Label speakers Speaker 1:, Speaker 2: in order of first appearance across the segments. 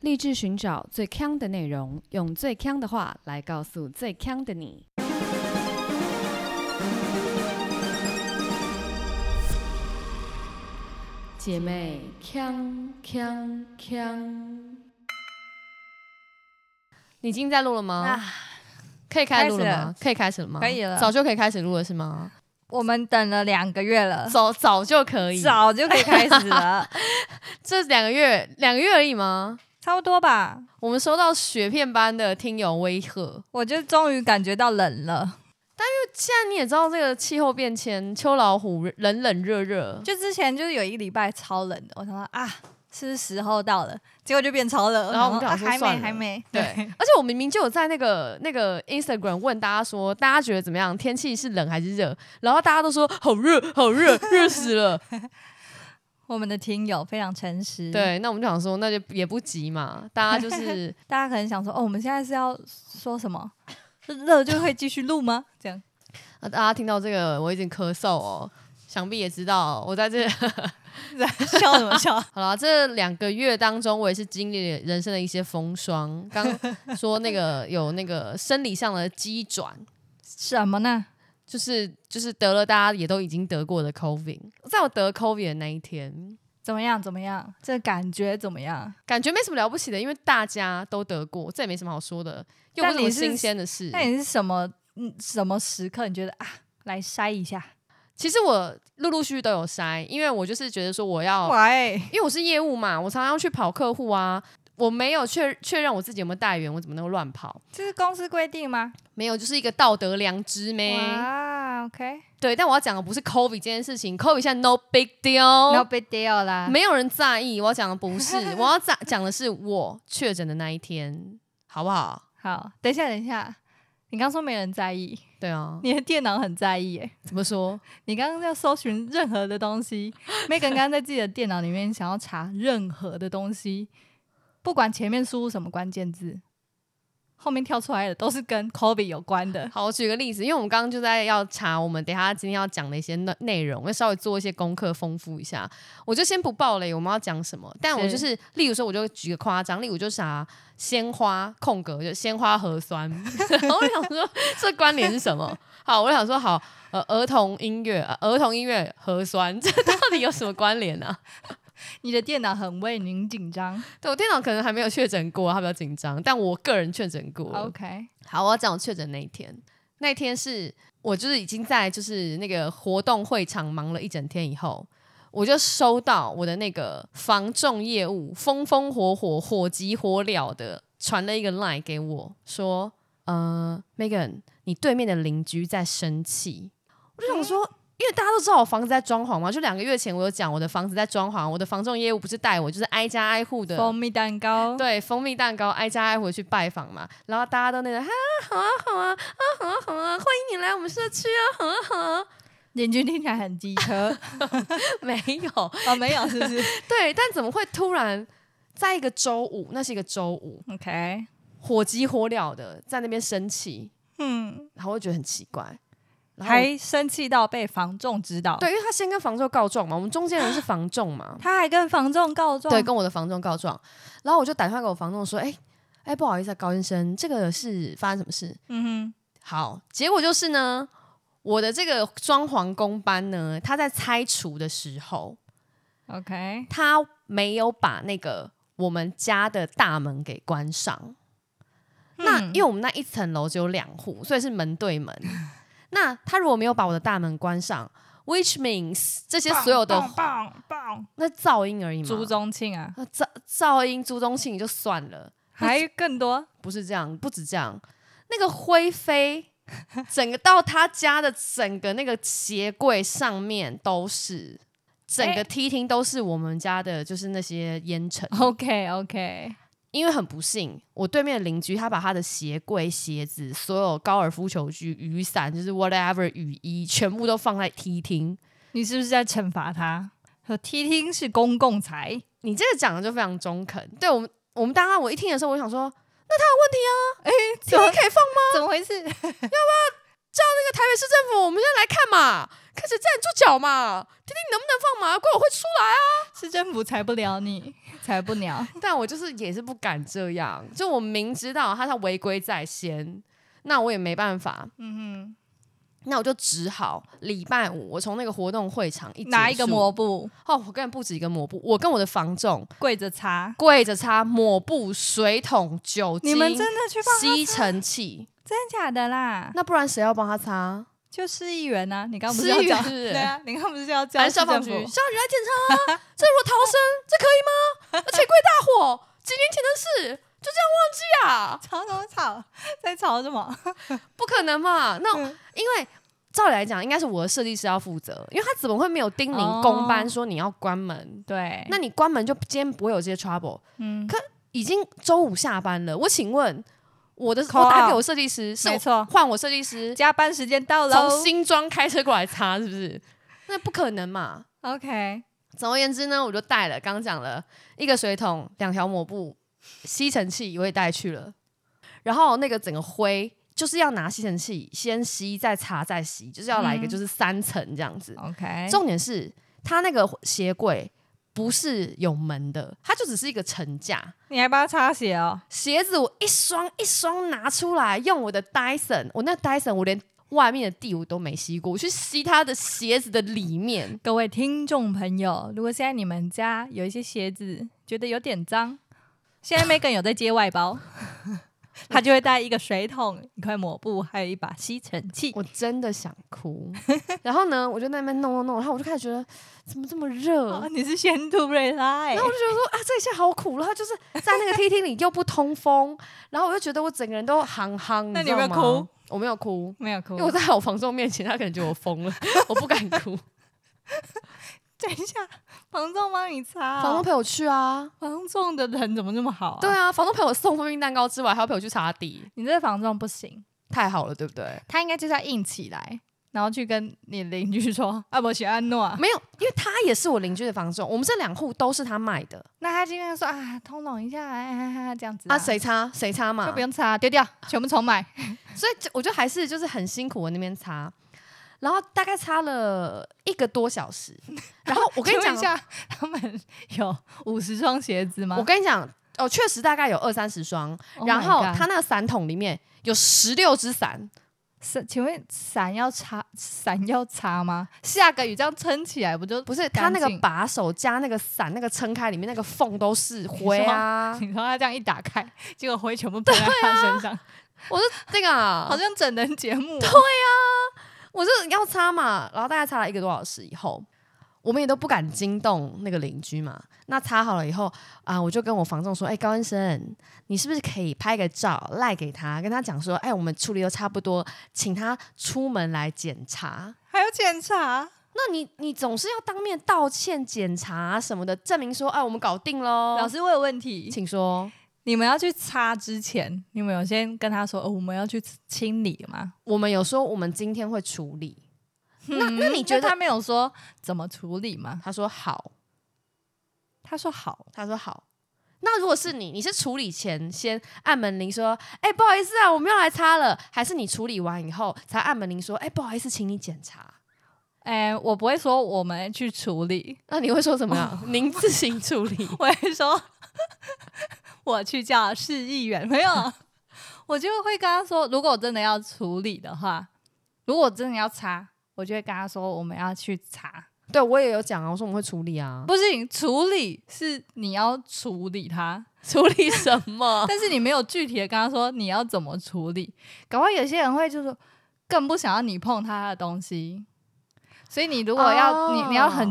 Speaker 1: 立志寻找最强的内容，用最强的话来告诉最强的你。姐妹，强强强！你已经在录了吗？
Speaker 2: 啊
Speaker 1: 可以开始录
Speaker 2: 开始
Speaker 1: 了吗
Speaker 2: 了？
Speaker 1: 可以开始了吗？
Speaker 2: 可以了
Speaker 1: 早就可以开始录了是吗？
Speaker 2: 我们等了两个月了，
Speaker 1: 早早就可以，
Speaker 2: 呃早就可以开 始了，
Speaker 1: 这两个月两个月而已吗？
Speaker 2: 差不多吧。
Speaker 1: 我们收到雪片般的听友威吓，
Speaker 2: 我就终于感觉到冷了。
Speaker 1: 现在你也知道这个气候变迁，秋老虎冷冷热热，
Speaker 2: 就之前就是有一个礼拜超冷的，我想说啊，是时候到了，结果就变超冷。
Speaker 1: 然后我们
Speaker 2: 想
Speaker 1: 就
Speaker 2: 说
Speaker 1: 想
Speaker 2: 啊
Speaker 1: 说算了
Speaker 2: 还没，
Speaker 1: 对
Speaker 2: 还没。
Speaker 1: 而且我明明就有在那个那个 Instagram 问大家说，大家觉得怎么样？天气是冷还是热？然后大家都说好热，好热，热死 了。
Speaker 2: 我们的听友非常诚实，，
Speaker 1: 对，那我们就想说，那就也不急嘛，大家就是
Speaker 2: 大家可能想说，哦，我们现在是要说什么？热就会继续录吗？ 这样
Speaker 1: 啊大家听到这个，我已经咳嗽哦，想必也知道我在这
Speaker 2: 笑什么笑？
Speaker 1: 好了，这两个月当中，我也是经历了人生的一些风霜。刚说那个有那个生理上的机转，
Speaker 2: 什么呢？
Speaker 1: 就是就是得了大家也都已经得过的 COVID。在我得 COVID 的那一天，
Speaker 2: 怎么样？怎么样？这感觉怎么样？
Speaker 1: 感觉没什么了不起的，因为大家都得过，这也没什么好说的，又不
Speaker 2: 但
Speaker 1: 是什么
Speaker 2: 你是
Speaker 1: 新鲜的事。
Speaker 2: 那你是什么？嗯，什么时刻你觉得啊，来筛一下？
Speaker 1: 其实我陆陆续续都有筛，因为我就是觉得说我要
Speaker 2: 喂，
Speaker 1: 因为我是业务嘛，我常常要去跑客户啊，我没有确确认我自己有没有带源，我怎么能够乱跑？
Speaker 2: 这是公司规定吗？
Speaker 1: 没有，就是一个道德良知咩。
Speaker 2: 哇，OK，
Speaker 1: 对，但我要讲的不是 COVID 这件事情，COVID 现在 no big deal，,
Speaker 2: no big deal 啦。
Speaker 1: 哦没有人在意。我要讲的不是，我要讲讲的是我确诊的那一天，好不好？
Speaker 2: 好，等一下，等一下，你刚说没人在意，
Speaker 1: 对啊，
Speaker 2: 你的电脑很在意耶。
Speaker 1: 怎么说？
Speaker 2: 你刚刚要搜寻任何的 东西，Megan 刚刚在自己的电脑里面想要查任何的东西，不管前面输入什么关键字，后面跳出来的都是跟 Kobe 有关 的。
Speaker 1: 好，我举个例子，因为我们刚刚就在要查我们等一下今天要讲的一些内内容，要稍微做一些功课，丰富一下。我就先不爆雷，我们要讲什么？但我就是是，例如说，我就举个夸张，例如就啥鲜花空格，就鲜花核酸。 然后我想说，这关联是什么？好，我想说，好，呃，儿童音乐，呃儿童音乐核酸，这到底有什么关联呢、啊？
Speaker 2: 你的电脑很为您紧张。
Speaker 1: 对我电脑可能还没有确诊过，他比较紧张，但我个人确诊过了。
Speaker 2: OK，
Speaker 1: 好，我要讲我确诊那一天。那一天是我就是已经在就是那个活动会场忙了一整天以后，我就收到我的那个防重业务风风火火、火急火燎的传了一个 line 给我，说：“呃，Megan，你对面的邻居在生气。”我就想说。因为大家都知道我房子在装潢嘛，就两个月前我有讲我的房子在装潢，我的房仲业务不是带我，就是挨家挨户的
Speaker 2: 蜂蜜蛋糕。
Speaker 1: 对，蜂蜜蛋糕挨家挨户去拜访嘛，然后大家都那个啊，好啊，好啊，啊，好啊，好啊，欢迎你来我们社区 啊，好啊，好啊，
Speaker 2: 邻居听起来很机 车
Speaker 1: 没有，
Speaker 2: 哦，没有，是不是
Speaker 1: 对，但怎么会突然在一个周五，那是一个周五，
Speaker 2: ？OK，
Speaker 1: 火急火燎的在那边生气，
Speaker 2: 嗯，
Speaker 1: 然后我就觉得很奇怪，然后我
Speaker 2: 还生气到被房仲知道，，
Speaker 1: 对，因为他先跟房仲告状嘛，我们中间人是房仲 嘛，
Speaker 2: 他还跟房仲告状，
Speaker 1: 对，跟我的房仲告状，然后我就打电话给我房仲说，哎、哎，不好意思啊，高先生，这个是发生什么事？
Speaker 2: 嗯
Speaker 1: 好，结果就是呢，我的这个装潢工班呢，他在拆除的时候，
Speaker 2: 哼，OK，
Speaker 1: 他没有把那个我们家的大门给关上。那
Speaker 2: 嗯
Speaker 1: 因为我们那一层楼只有两户，所以是门对 门。那他如果没有把我的大门关上，which means 这些所有的
Speaker 2: 棒棒棒，
Speaker 1: 那噪音而已嘛，
Speaker 2: 朱宗庆啊，
Speaker 1: 那噪噪音、朱宗庆就算了，
Speaker 2: 还更多，
Speaker 1: 不是这样，不止这样，那个灰飞，整个到他家的整个那个鞋柜上面都是，整个
Speaker 2: 哎
Speaker 1: 梯厅都是我们家的，就是那些烟尘。
Speaker 2: OK OK，
Speaker 1: 因为很不幸，我对面的邻居他把他的鞋柜、鞋子、所有高尔夫球具、雨伞，就是 whatever 雨衣，全部都放在梯厅。
Speaker 2: 你是不是在惩罚他？和踢厅是公共财，
Speaker 1: 你这个讲的就非常中肯，对我们，我们当然我一听的时候，我就想说，
Speaker 2: 怎么可以放吗？怎么回事？
Speaker 1: 这那个台北市政府，我们现在来看嘛，开始站住脚嘛，听听能不能放嘛，管委会出来啊！
Speaker 2: 市政府才不了你，才不 鸟。
Speaker 1: 但我就是也是不敢这样，就我明知道他他违规在先，那我也没办法，
Speaker 2: 嗯
Speaker 1: 那我就只好礼拜五我从那个活动会场一
Speaker 2: 哼，拿一个
Speaker 1: 结束
Speaker 2: 抹布
Speaker 1: 哦，我根本不止一个抹布，我跟我的房仲
Speaker 2: 跪着擦。
Speaker 1: 跪着擦抹布、水桶、酒精、
Speaker 2: 你们真的去帮？
Speaker 1: 吸尘器，
Speaker 2: 真假的啦？
Speaker 1: 那不然谁要帮他擦？
Speaker 2: 就市议员呐、啊，你刚不
Speaker 1: 市
Speaker 2: 是要
Speaker 1: 议
Speaker 2: 讲？
Speaker 1: 员是不是
Speaker 2: 对啊，你刚不是要
Speaker 1: 反正
Speaker 2: 讲
Speaker 1: 哎消防
Speaker 2: 市
Speaker 1: 局，消
Speaker 2: 政
Speaker 1: 防
Speaker 2: 府？
Speaker 1: 局来检查啊！这如果逃生，这可以吗？而且 贵大火，几年前的事，就这样忘记啊？
Speaker 2: 吵什么吵？在吵什么？
Speaker 1: 不可能嘛？那、
Speaker 2: 嗯
Speaker 1: 因为照理来讲，应该是我的设计师要负责，因为他怎么会没有叮咛
Speaker 2: 哦哎
Speaker 1: 公班说你要关门？
Speaker 2: 对，
Speaker 1: 那你关门就今天不会有这些 trouble。
Speaker 2: 嗯，
Speaker 1: 已经周五下班了，我请问我的
Speaker 2: Call
Speaker 1: 我打给
Speaker 2: out
Speaker 1: 我设计师，是
Speaker 2: 没
Speaker 1: 我
Speaker 2: 错，
Speaker 1: 换我设计师
Speaker 2: 加班时间到喽。
Speaker 1: 从新庄开车过来擦，是不是？那不可能嘛！
Speaker 2: OK，
Speaker 1: 总而言之呢，我就带了，刚刚讲了一个水桶、两条抹布、吸尘器，我也带去了。然后那个整个灰就是要拿吸尘器先吸，再擦，再吸，就是要来一个
Speaker 2: 嗯
Speaker 1: 就是三层这样子。
Speaker 2: OK，
Speaker 1: 重点是它那个鞋柜不是有门的，它就只是一个层架。
Speaker 2: 你还帮他擦鞋哦？
Speaker 1: 鞋子我一双一双拿出来，用我的 Dyson，我那 Dyson 我连外面的地我都没吸过，我去吸它的鞋子的里面。
Speaker 2: 各位听众朋友，如果现在你们家有一些鞋子觉得有点脏，现在 Megan 有在接外 包，他就会带一个水桶、一块抹布，还有一把吸尘器。
Speaker 1: 我真的想 哭，然后呢，我就在那边弄弄弄，然后我就开始觉得怎么这么热，
Speaker 2: 啊，你是仙杜瑞拉、欸
Speaker 1: 然后我就觉得说啊，这一下好苦，然后就是在那个梯厅里又不通风，然后我就觉得我整个人都憨憨，
Speaker 2: 那你
Speaker 1: 知道
Speaker 2: 有没有
Speaker 1: 吗
Speaker 2: 哭？嗯
Speaker 1: 我没有哭，
Speaker 2: 没有哭
Speaker 1: 因为。我在我房东面前，他可能觉得我疯了， 我不敢哭。
Speaker 2: 等一下，房仲帮你擦、哦
Speaker 1: 房东陪我去啊，
Speaker 2: 房仲的人怎么那么好、啊？
Speaker 1: 对，啊，房东陪我送蜂蜜蛋糕之外，还要陪我去擦地。
Speaker 2: 你这房仲不行，
Speaker 1: 太好了，对不 对？
Speaker 2: 他应该就是要硬起来，然后去跟你邻居说：“ 啊，我喜安诺。
Speaker 1: 没有，因为他也是我邻居的房仲，我们这两户都是他卖的。”
Speaker 2: 那他今天说：“啊，通融一下，哎哎哎，这样子
Speaker 1: 啊，谁擦谁擦嘛
Speaker 2: 就不，用擦，丢掉，全部重买。
Speaker 1: 所以就我就还是就是很辛苦，我那边擦，然后大概擦了一个多小 时，然后 我跟你
Speaker 2: 请问
Speaker 1: 讲啊哦
Speaker 2: 一，下，他们有五十双鞋子吗
Speaker 1: 我？跟你讲，哦，确实大概有二三十双，
Speaker 2: Oh my
Speaker 1: 然后
Speaker 2: God
Speaker 1: 他那个伞桶里面有十六只伞，
Speaker 2: 伞，请问伞要擦，伞要擦吗？下个雨这样撑起来不就
Speaker 1: 不是他那个
Speaker 2: 干净
Speaker 1: 把手加那个伞那个撑开里面那个缝都是灰啊，
Speaker 2: 你说他这样一打开，结果灰全部喷在他身上，
Speaker 1: 我是那个啊
Speaker 2: 好像整人节目哦、
Speaker 1: 我就要擦嘛，然后大概擦了一个多小时以后，我们也都不敢惊动那个邻居嘛。那擦好了以后啊、我就跟我房仲说：“哎、高先生，你是不是可以拍个照赖给他，跟他讲说，哎、我们处理都差不多，请他出门来检查。
Speaker 2: 还有检查，
Speaker 1: 那你你总是要当面道歉、检查什么的，证明说，哎、我们搞定喽。
Speaker 2: 老，师，我有问题，
Speaker 1: 请说。
Speaker 2: 你们要去擦之前，你们有先跟他说，哦，我们要去清理吗？
Speaker 1: 我们有说我们今天会处理，那那你
Speaker 2: 嗯
Speaker 1: 觉得
Speaker 2: 他没有说怎么处理吗？
Speaker 1: 他说好，
Speaker 2: 他说好，
Speaker 1: 他说好。那如果是你，你是处理前先按门铃说，哎、不好意思啊，我们要来擦了，还是你处理完以后才按门铃说，哎、不好意思，请你检查？
Speaker 2: 哎、我不会说我们去处理，
Speaker 1: 那你会说什么呀？ 您自行处理。
Speaker 2: 我会说我去叫市议员，没有， 我就会跟他说，如果我真的要处理的话，如果我真的要擦，我就会跟他说我们要去擦。
Speaker 1: 对我也有讲啊，我说我们会处理 啊，
Speaker 2: 不行，处理是你要处理它，
Speaker 1: 处理什么？
Speaker 2: 但是你没有具体的跟他说你要怎么处理，搞不好有些人会就说更不想要你碰他的东西，所以你如
Speaker 1: 如
Speaker 2: 果要、你你要很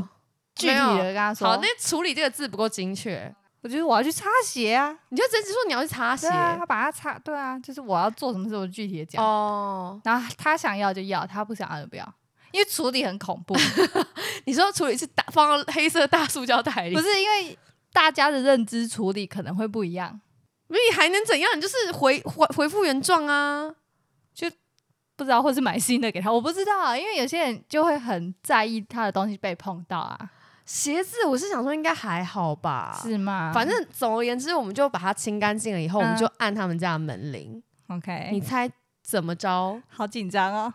Speaker 2: 具体的跟他说，
Speaker 1: 哦好，那处理这个字不够精确，
Speaker 2: 我觉得我要去擦鞋啊，
Speaker 1: 你就直接说你要去擦鞋
Speaker 2: 对啊，他把它擦，对啊，就是我要做什么事，我具体的讲，
Speaker 1: 哦。
Speaker 2: 然后他想要就要，他不想要就不要。因为处理很 恐怖，
Speaker 1: 你说处理是大放到黑色大塑胶袋里，
Speaker 2: 不是因为大家的认知处理可能会不一样，
Speaker 1: 你还能怎样？你就是回回回复原状啊。
Speaker 2: 不知道或是买新的给他，我不知道啊，因为有些人就会很在意他的东西被碰到啊，
Speaker 1: 鞋子我是想说应该还好吧，
Speaker 2: 是吗？
Speaker 1: 反正总而言之，我们就把它清干净了以后，我们
Speaker 2: 啊嗯哎
Speaker 1: 就按他们家的门铃。
Speaker 2: OK，
Speaker 1: 你猜怎么着？
Speaker 2: 好紧张哦。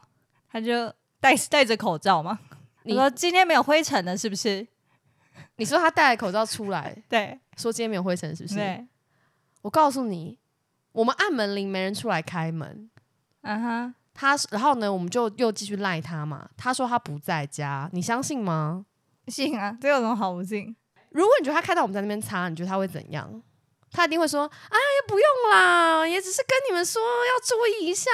Speaker 2: 他就戴戴着口罩嘛。你
Speaker 1: 你
Speaker 2: 说今天没有灰尘了，是不是？
Speaker 1: 你说他戴了口罩出来，
Speaker 2: 对
Speaker 1: 说今天没有灰尘，是不是？
Speaker 2: 对，
Speaker 1: 我告诉你，我们按门铃没人出来开门，
Speaker 2: 嗯哼，
Speaker 1: 他然后呢，我们就又继续赖他嘛。他说他不在家，你相信吗？
Speaker 2: 信啊，这有什么好不信？
Speaker 1: 如果你觉得他看到我们在那边擦，你觉得他会怎样？他一定会说：“哎呀，不用啦，也只是跟你们说要注意一下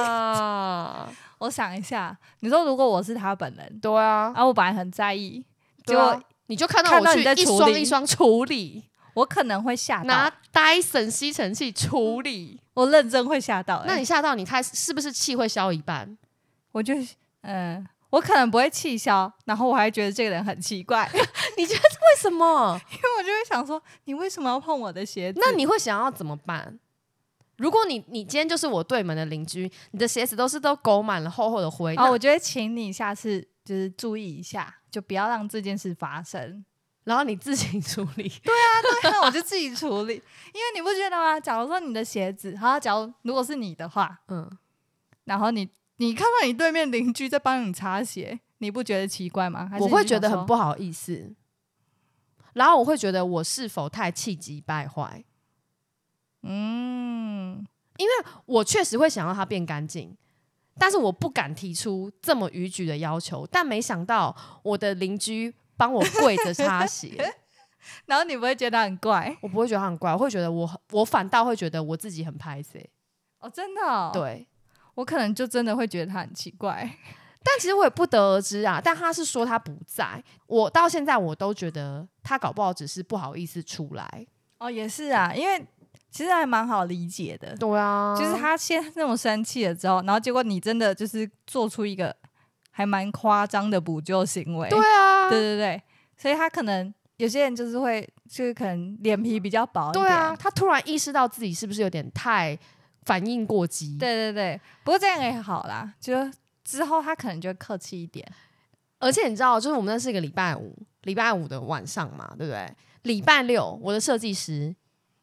Speaker 1: 啦。
Speaker 2: 我想一下，你说如果我是他本人”，
Speaker 1: 对啊
Speaker 2: 然，后我本来很在意，结
Speaker 1: 对啊
Speaker 2: 果
Speaker 1: 你就看到
Speaker 2: 看到
Speaker 1: 我去
Speaker 2: 你在
Speaker 1: 一
Speaker 2: 处
Speaker 1: 双
Speaker 2: 理
Speaker 1: 一双处理，
Speaker 2: 我可能会吓到，
Speaker 1: 拿 Dyson 吸尘器处理。
Speaker 2: 我认真会吓到、欸。
Speaker 1: 那你吓到你开始是不是气会消一半？
Speaker 2: 我就嗯，我可能不会气消，然后我还觉得这个人很奇怪， 因
Speaker 1: 为什么？
Speaker 2: 为我就会想说，你为什么要碰我的鞋子？
Speaker 1: 那你会想要怎么办？如果你你今天就是我对门的邻居，你的鞋子都是都勾满了厚厚的灰，
Speaker 2: 啊，
Speaker 1: 那
Speaker 2: 我觉得请你下次就是注意一下，就不要让这件事发生。
Speaker 1: 然后你自行处理，
Speaker 2: 那我就自己处理，因为你不觉得吗？假如说你的鞋子，好，假如如果是你的话，
Speaker 1: 嗯，
Speaker 2: 然后你你看到你对面邻居在帮你擦鞋，你不觉得奇怪吗？还是
Speaker 1: 我
Speaker 2: 你
Speaker 1: 会
Speaker 2: 就
Speaker 1: 觉得
Speaker 2: 想
Speaker 1: 很
Speaker 2: 说，
Speaker 1: 不好意思，然后我会觉得我是否太气急败坏？
Speaker 2: 嗯，
Speaker 1: 我确实会想要它变干净，但是我不敢提出这么逾矩的要求。但没想到我的邻居帮我跪着擦 鞋，
Speaker 2: 然后你不会觉得很怪
Speaker 1: 我不会觉得他很怪，我会觉得我很我反倒会觉得我自己很拍谁、
Speaker 2: 哦？真的、哦，，
Speaker 1: 对。
Speaker 2: 我可能就真的会觉得他很奇怪。
Speaker 1: 但其实我也不得而知啊。但他是说他不在，我到现在我都觉得他搞不好只是不好意思出来。
Speaker 2: 哦，也是啊，因为其实还蛮好理解的，
Speaker 1: 对啊，
Speaker 2: 嗯就是他先那么生气了之后，然后结果你真的就是做出一个还蛮夸张的补救行为，
Speaker 1: 对啊，
Speaker 2: 对对对所以他可能有些人就是会，就是可能脸皮比较薄一点，
Speaker 1: 对啊，他突然意识到自己是不是有点太反应过激？，
Speaker 2: 对对对不过这样也好啦，就之后他可能就会客气一点，
Speaker 1: 而且你知道，就是我们那是一个礼拜五，礼拜五的晚上嘛，对不对？礼拜六，我的设计师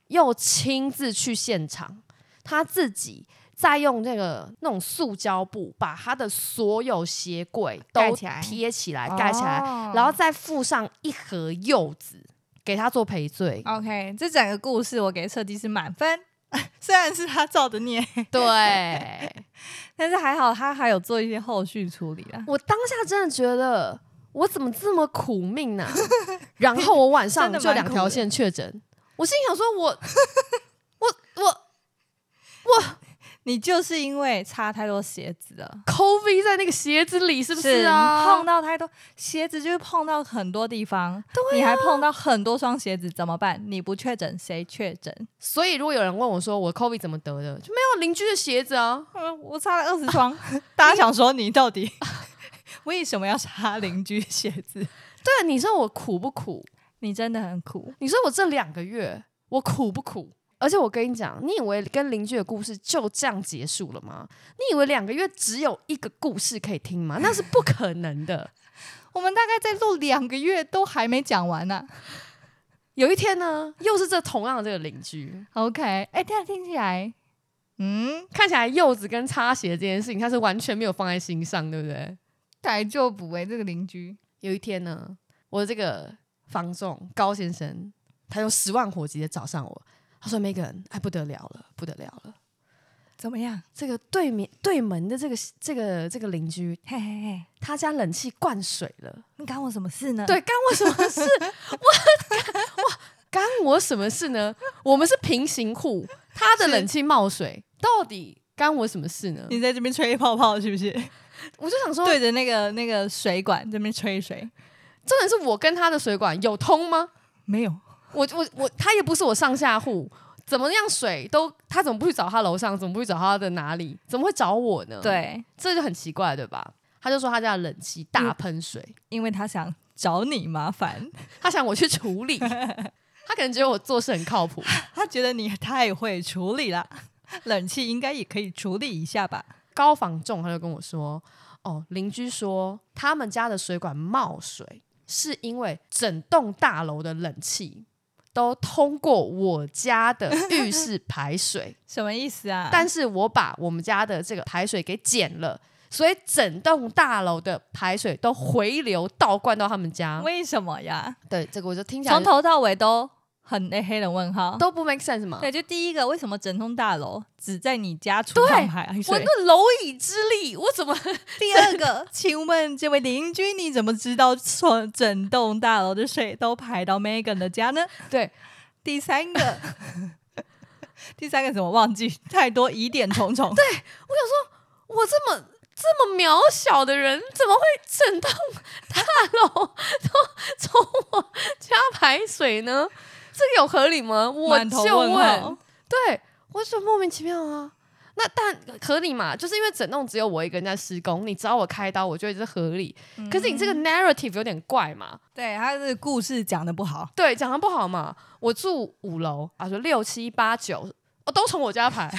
Speaker 1: 又亲自去现场，他自己再用那个那种塑胶布把他的所有鞋柜都
Speaker 2: 盖起来
Speaker 1: 贴起来，盖起来，
Speaker 2: 哦
Speaker 1: 然后再附上一盒柚子给他做赔罪。
Speaker 2: OK，这整个故事我给设计师满分。 虽然是他造的孽，
Speaker 1: 对。
Speaker 2: 但是还好他还有做一些后续处理啦。
Speaker 1: 我当下真的觉得我怎么这么苦命呢、 然后我晚上
Speaker 2: 真的
Speaker 1: 就
Speaker 2: 蛮
Speaker 1: 两
Speaker 2: 苦
Speaker 1: 条
Speaker 2: 的
Speaker 1: 线确诊，我心想说我我我
Speaker 2: 你就是因为擦太多鞋子了，
Speaker 1: COVID 在那个鞋子里是不是
Speaker 2: 你
Speaker 1: 啊
Speaker 2: 碰？到太多鞋子，就是碰到很多地方，你还碰到很多双鞋子，怎么办？你不确诊，谁确诊？
Speaker 1: 所以如果有人问我说我 COVID 怎么得的，就没有邻居的鞋子啊。
Speaker 2: 呃我擦了二十 双，大家想说你到 底为什么要擦邻居鞋子？
Speaker 1: 对，啊你说我苦不苦？
Speaker 2: 你真的很苦，
Speaker 1: 你说我这两个月我苦不苦？而且我跟你讲，你以为跟邻居的故事就这样结束了吗？你以为两个月只有一个故事可以听吗？那是不可能的。
Speaker 2: 我们大概在录两个月都还没讲完呢、
Speaker 1: 有一天呢，又是这同样的这个邻居，
Speaker 2: OK，哎、这样听起来，嗯，
Speaker 1: 看起来柚子跟擦鞋这件事情，他是完全没有放在心上，对不对？
Speaker 2: 改就补哎、这个邻居
Speaker 1: 有一天呢，我这个房仲高先生，他用十万火急的找上我，他说：“Megan，哎，不得了了，不得了了，
Speaker 2: 怎么样？
Speaker 1: 这个对面对门的这个这个这个邻居，
Speaker 2: 嘿嘿嘿，
Speaker 1: 他家冷气灌水了，
Speaker 2: 你干我什么事呢？
Speaker 1: 对，干我什么事？我我干我什么事呢？我们是平行户，他的
Speaker 2: 是
Speaker 1: 冷气冒水，到底干我什么事呢？”
Speaker 2: 你在这边吹泡泡是不是？
Speaker 1: 我就想说，
Speaker 2: 对着那个那个水管这边吹水，
Speaker 1: 重点是我跟他的水管有通吗？
Speaker 2: 没有，
Speaker 1: 我我我，他也不是我上下户，怎么样水都他怎么不去找他楼上，怎么不去找他的哪里，怎么会找我呢？，
Speaker 2: 对，
Speaker 1: 这就很奇怪，对吧？他就说他家的冷气大喷水，
Speaker 2: 因为他想找你麻烦，
Speaker 1: 他想我去处理， 他可能觉得我做事很靠谱，
Speaker 2: 他觉得你太会处理了， 冷气应该也可以处理一下吧？
Speaker 1: 高房仲他就跟我说，哦，邻居说他们家的水管冒水，是因为整栋大楼的冷气都通过我家的浴室排水。
Speaker 2: 什么意思啊？
Speaker 1: 但是我把我们家的这个排水给剪了，所以整栋大楼的排水都回流倒灌到他们家。
Speaker 2: 为什么呀？
Speaker 1: 对，这个我就听起来
Speaker 2: 从
Speaker 1: 就
Speaker 2: 头到尾都很那黑人问号。
Speaker 1: 都不 make sense 嘛。
Speaker 2: 对，就第一个，为什么整栋大楼只在你家厨房排
Speaker 1: 我
Speaker 2: 水？
Speaker 1: 那楼椅之力，我 怎么
Speaker 2: 第二个， 请问这位邻居，你怎么知道整整栋大楼的水都排到 Megan 的家呢？
Speaker 1: 对
Speaker 2: 第三个， 第三个怎么忘记？太多疑点重重。对，
Speaker 1: 我这么这么渺小的人，怎么会整栋大楼都从我家排水呢？这个有合理吗？我
Speaker 2: 满头
Speaker 1: 就
Speaker 2: 问
Speaker 1: 问
Speaker 2: 号，
Speaker 1: 对我就莫名其妙啊。那但合理嘛？就是因为整栋只有我一个人在施工，你找我开刀，我觉得这合理。可是你这个 narrative 有点怪嘛？
Speaker 2: 对，他的故事讲的不好，
Speaker 1: 对，讲的不好嘛。我住五楼啊，说六七八九，哦，都从我家 排，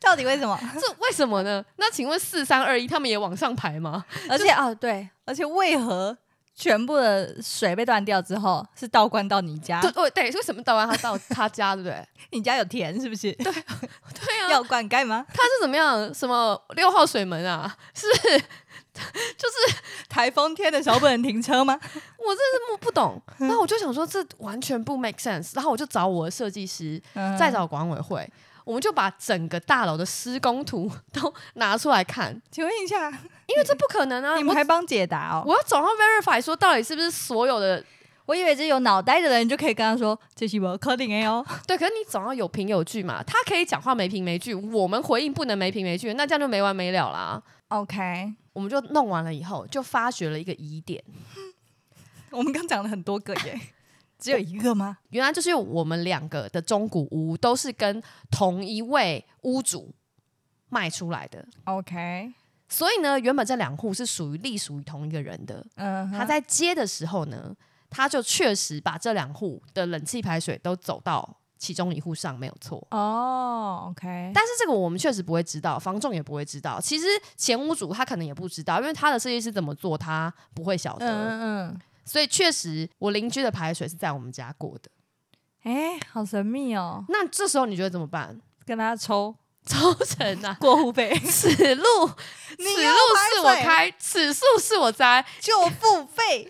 Speaker 2: 到底为什么？
Speaker 1: 这为什么呢？那请问四三二一他们也往上排吗？
Speaker 2: 而且啊、对，而且为何全部的水被断掉之后是倒灌到你家？
Speaker 1: 对，哦，对，为什么倒完他到他家，对不对？
Speaker 2: 你家有田是不是？
Speaker 1: 对啊，
Speaker 2: 要灌溉吗？
Speaker 1: 他是怎么样？什么六号水门啊？是， 就是
Speaker 2: 台风天的时候不能停车吗？
Speaker 1: 我真是不不 懂。然后我就想说，这完全不 make sense。然后我就找我的设计师，再
Speaker 2: 再
Speaker 1: 找管委会，我们就把整个大楼的施工图 都拿出来看，
Speaker 2: 请问一下，
Speaker 1: 因为这不可能啊！
Speaker 2: 你们还帮解答哦？
Speaker 1: 我要总要 verify 说到底是不是所有的
Speaker 2: 我以为只有脑袋的人就可以跟他说这是我 c o d i 哦，
Speaker 1: 对，可是你总要有凭有据嘛。他可以讲话没凭没据，我们回应不能没凭没据，那这样就没完没了啦。
Speaker 2: OK，
Speaker 1: 我们就弄完了以后，就发掘了一个疑点，
Speaker 2: 我们刚讲了很多个耶，只有一个吗？
Speaker 1: 原来就是我们两个的中古屋都是跟同一位屋主卖出来的，
Speaker 2: OK，
Speaker 1: 所以呢，原本这两户是属于隶属于同一个人的。
Speaker 2: 嗯
Speaker 1: 他在接的时候呢，他就确实把这两户的冷气排水都走到其中一户上，没有错。
Speaker 2: 哦，OK，
Speaker 1: 但是这个我们确实不会知道，房仲也不会知道。其实前屋主他可能也不知道，因为他的设计师怎么做，他不会晓得。
Speaker 2: 嗯
Speaker 1: 所以确实，我邻居的排水是在我们家过的。
Speaker 2: 嗯，哎，好神秘哦，
Speaker 1: 那这时候你觉得怎么 办？
Speaker 2: 跟他抽，
Speaker 1: 抽成啊
Speaker 2: 过户 费，
Speaker 1: 此路
Speaker 2: 你
Speaker 1: 此
Speaker 2: 要
Speaker 1: 路
Speaker 2: 排
Speaker 1: 是我
Speaker 2: 水
Speaker 1: 开，此树是我栽。
Speaker 2: 就付 费。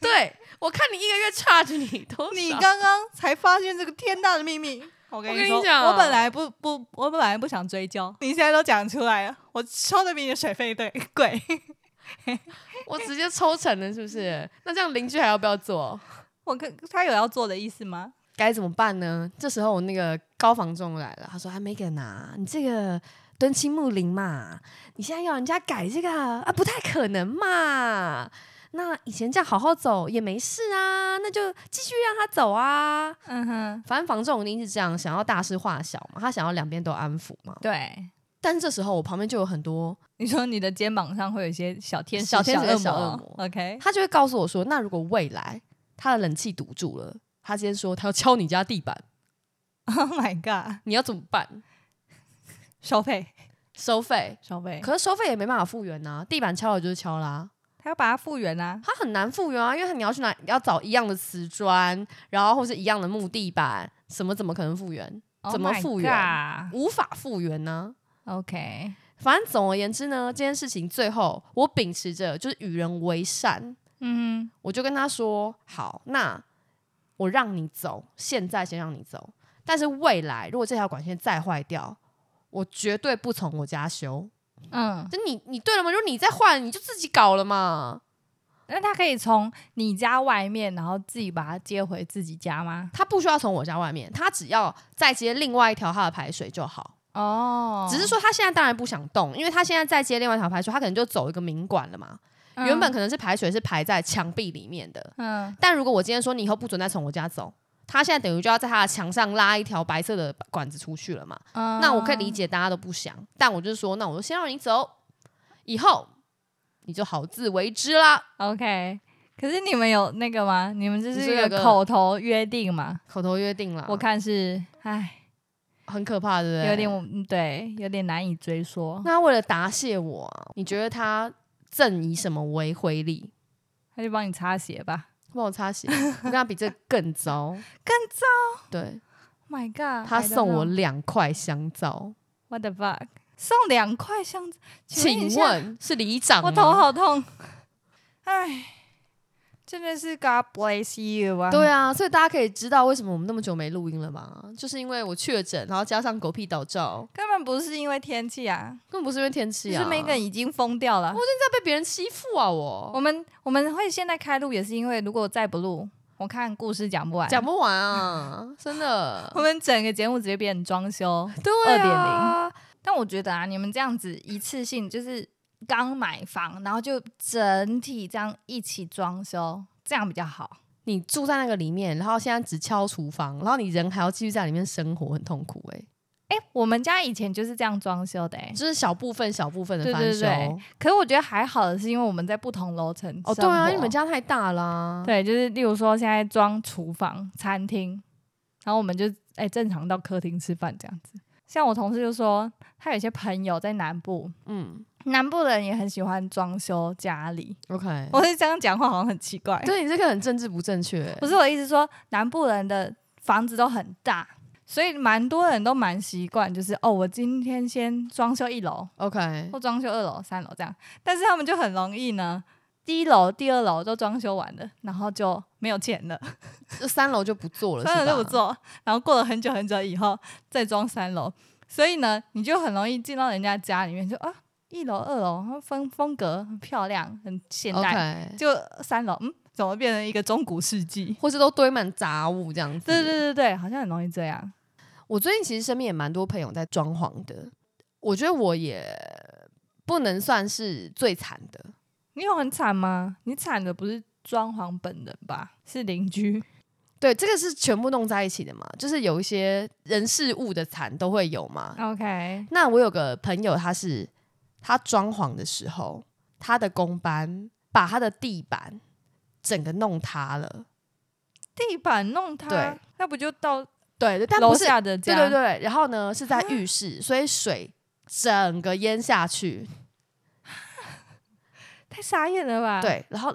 Speaker 1: 对我看你一个月 charge 你多少？
Speaker 2: 你刚刚才发现这个天大的秘密。我跟
Speaker 1: 我跟
Speaker 2: 你
Speaker 1: 你
Speaker 2: 说，
Speaker 1: 讲
Speaker 2: 我本来不不，我本来不想追究，你现在都讲出来了，我收的比你的水费对 贵。
Speaker 1: 我直接抽成了，是不是？那这样邻居还要不要做？
Speaker 2: 我跟他有要做的意思吗？
Speaker 1: 该怎么办呢？这时候我那个高房仲来了，他说：“哎，Megan 啊，你这个敦亲睦邻嘛，你现在要人家改这个啊，不太可能嘛。那以前这样好好走也没事啊，那就继续让他走啊。
Speaker 2: 嗯哼，
Speaker 1: 反正房仲一定是这样，想要大事化小嘛，他想要两边都安抚嘛。
Speaker 2: 对，
Speaker 1: 但是这时候我旁边就有很多，
Speaker 2: 你说你的肩膀上会有一些小天使、
Speaker 1: 小天使
Speaker 2: 恶
Speaker 1: 跟
Speaker 2: 魔
Speaker 1: 小恶魔
Speaker 2: o k
Speaker 1: 他就会告诉我说：那如果未来他的冷气堵住了，他今天说他要敲你家地板，
Speaker 2: Oh my god，
Speaker 1: 你要怎么办？
Speaker 2: 收费，
Speaker 1: 收费？
Speaker 2: 收费，
Speaker 1: 可是收费也没办法复原呐、地板敲了就是敲啦，
Speaker 2: 他要把它复原啊。
Speaker 1: 它很难复原啊，因为你要去哪，你要找一样的瓷砖，然后或是一样的木地板，什么怎么可能复原？
Speaker 2: Oh
Speaker 1: 怎么复原
Speaker 2: o
Speaker 1: 无法复原呢、
Speaker 2: k
Speaker 1: 反正总而言之呢，这件事情最后我秉持着就是与人为善，
Speaker 2: 嗯
Speaker 1: 我就跟他说：好，那我让你走，现在先让你走，但是未来如果这条管线再坏掉，我绝对不从我家修。
Speaker 2: 哼嗯，
Speaker 1: 就你你对了吗？如果你再坏，你就自己搞了嘛。
Speaker 2: 那他可以从你家外面，然后自己把它接回自己家吗？
Speaker 1: 他不需要从我家外面，他只要再接另外一条他的排水就好。
Speaker 2: 哦
Speaker 1: 只是说他现在当然不想动，因为他现在再接另外一条排水，他可能就走一个明管了嘛。原本可能是排水是排在墙壁里面的，
Speaker 2: 嗯
Speaker 1: 但如果我今天说你以后不准再从我家走，他现在等于就要在他的墙上拉一条白色的管子出去了嘛。
Speaker 2: 嗯
Speaker 1: 那我可以理解大家都不想，但我就是说，那我就先让你走，以后你就好自为之啦。
Speaker 2: 嗯 OK。可是你们有那个吗？你们这
Speaker 1: 你
Speaker 2: 是
Speaker 1: 说
Speaker 2: 一
Speaker 1: 有
Speaker 2: 个
Speaker 1: 个
Speaker 2: 口头约定吗？
Speaker 1: 口头约定啦，
Speaker 2: 我看是，唉，
Speaker 1: 很可怕，对不对？
Speaker 2: 有点嗯对，有点难以追溯。
Speaker 1: 那他为了答谢我、啊，你觉得他正以什么为回礼？
Speaker 2: 他就帮你擦鞋吧。
Speaker 1: 帮我擦鞋，我跟他比这更糟，
Speaker 2: 更啊
Speaker 1: 糟。对
Speaker 2: My God，
Speaker 1: 他
Speaker 2: I don't
Speaker 1: 送我
Speaker 2: know.
Speaker 1: 两块香皂，
Speaker 2: What the fuck？送两块箱子，请
Speaker 1: 请
Speaker 2: 一下
Speaker 1: 问是里长
Speaker 2: 我
Speaker 1: 吗？
Speaker 2: 头好痛，哎，真的是 God bless you 啊！
Speaker 1: 对啊，所以大家可以知道为什么我们那么久没录音了吧？就是因为我确诊，然后加上狗屁倒照，
Speaker 2: 根本不是因为天气啊，
Speaker 1: 根本不是因为天
Speaker 2: 就
Speaker 1: 气啊，
Speaker 2: 是 Megan 已经疯掉了。
Speaker 1: 在被别人欺负啊我！
Speaker 2: 我们我们会现在开录，也是因为如果再不录，我看故事讲不完。
Speaker 1: 讲不完啊，真
Speaker 2: 我
Speaker 1: 的。
Speaker 2: 们整个节目直接变装修。
Speaker 1: 对啊，
Speaker 2: 但我觉得啊，你们这样子一次性就是刚买房，然后就整体这样一起装修，这样比较好。
Speaker 1: 你住在那个里面，然后现在只敲厨房，然后你人还要继续在里面生活，很痛苦哎、
Speaker 2: 哎、我们家以前就是这样装修的、欸，
Speaker 1: 就是小部分小部分的
Speaker 2: 对
Speaker 1: 翻
Speaker 2: 对
Speaker 1: 修。
Speaker 2: 对可是我觉得还好的是，因为我们在不同楼层
Speaker 1: 哦，对啊，
Speaker 2: 生活
Speaker 1: 因为你们家太大啦。
Speaker 2: 对，就是例如说现在装厨房、餐厅，然后我们就哎、正常到客厅吃饭这样子。像我同事就说，他有些朋友在南部，
Speaker 1: 嗯
Speaker 2: 南部人也很喜欢装修家里。
Speaker 1: ，OK。
Speaker 2: 我是这样讲话好像很奇怪，
Speaker 1: 对你这个很政治不正确欸、
Speaker 2: 不是我的意思说，南部人的房子都很大，所以蛮多人都蛮习惯，就是哦，我今天先装修一楼，
Speaker 1: OK，
Speaker 2: 或装修二楼、三楼这样。但是他们就很容易呢，第一楼、第二楼都装修完了，然后就没有钱了，
Speaker 1: 这三楼就不做了，
Speaker 2: 三楼
Speaker 1: 是
Speaker 2: 就不
Speaker 1: 吧。
Speaker 2: 做。然后过了很久很久以后再装三楼，所以呢，你就很容易进到人家家里面，就啊，一楼、二楼风风格很漂亮，很现代。
Speaker 1: OK，
Speaker 2: 就三楼，嗯，怎么变成一个中古世纪？
Speaker 1: 或是都堆满杂物这样子。
Speaker 2: 对对对对，好像很容易这样。
Speaker 1: 我最近其实身边也蛮多朋友在装潢的，我觉得我也不能算是最惨的，
Speaker 2: 你有很惨吗？你惨的不是装潢本人吧？是 邻居。
Speaker 1: 对，这个是全部弄在一起的嘛，就是有一些人事物的惨都会有嘛。
Speaker 2: OK，
Speaker 1: 那我有个朋友，他是他装潢的时候，他的工班把他的地板整个弄塌了，
Speaker 2: 地板弄它
Speaker 1: 对，
Speaker 2: 那不就到
Speaker 1: 对，对但
Speaker 2: 楼
Speaker 1: 不是，
Speaker 2: 下的家？
Speaker 1: 对对对，然后呢是在浴室，所以水整个淹下去，
Speaker 2: 太傻眼了吧？，
Speaker 1: 对，然后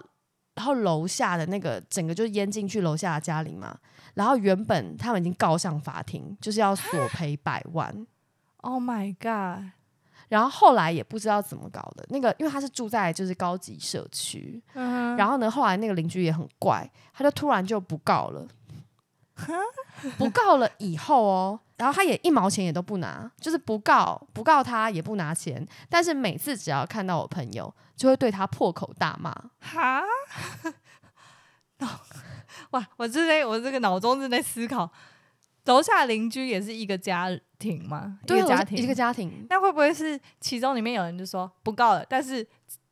Speaker 1: 然后楼下的那个整个就淹进去楼下的家里嘛，然后原本他们已经告上法庭，就是要索赔百万，
Speaker 2: Oh my god！
Speaker 1: 然后后来也不知道怎么搞的，那个因为他是住在就是高级社区，
Speaker 2: 嗯
Speaker 1: 然后呢后来那个邻居也很怪，他就突然就不告 了，不告了以后哦。然后他也一毛钱也都不拿，就是不告不告他也不拿钱，但是每次只要看到我朋友，就会对他破口大骂。
Speaker 2: 哈， 哇！我是在我这个脑中是在思考，楼下邻居也是一个家庭吗？
Speaker 1: 对
Speaker 2: 一
Speaker 1: 啊，
Speaker 2: 个
Speaker 1: 我
Speaker 2: 家
Speaker 1: 是
Speaker 2: 庭，
Speaker 1: 一个家庭，
Speaker 2: 那会不会是其中里面有人就说不告了，但是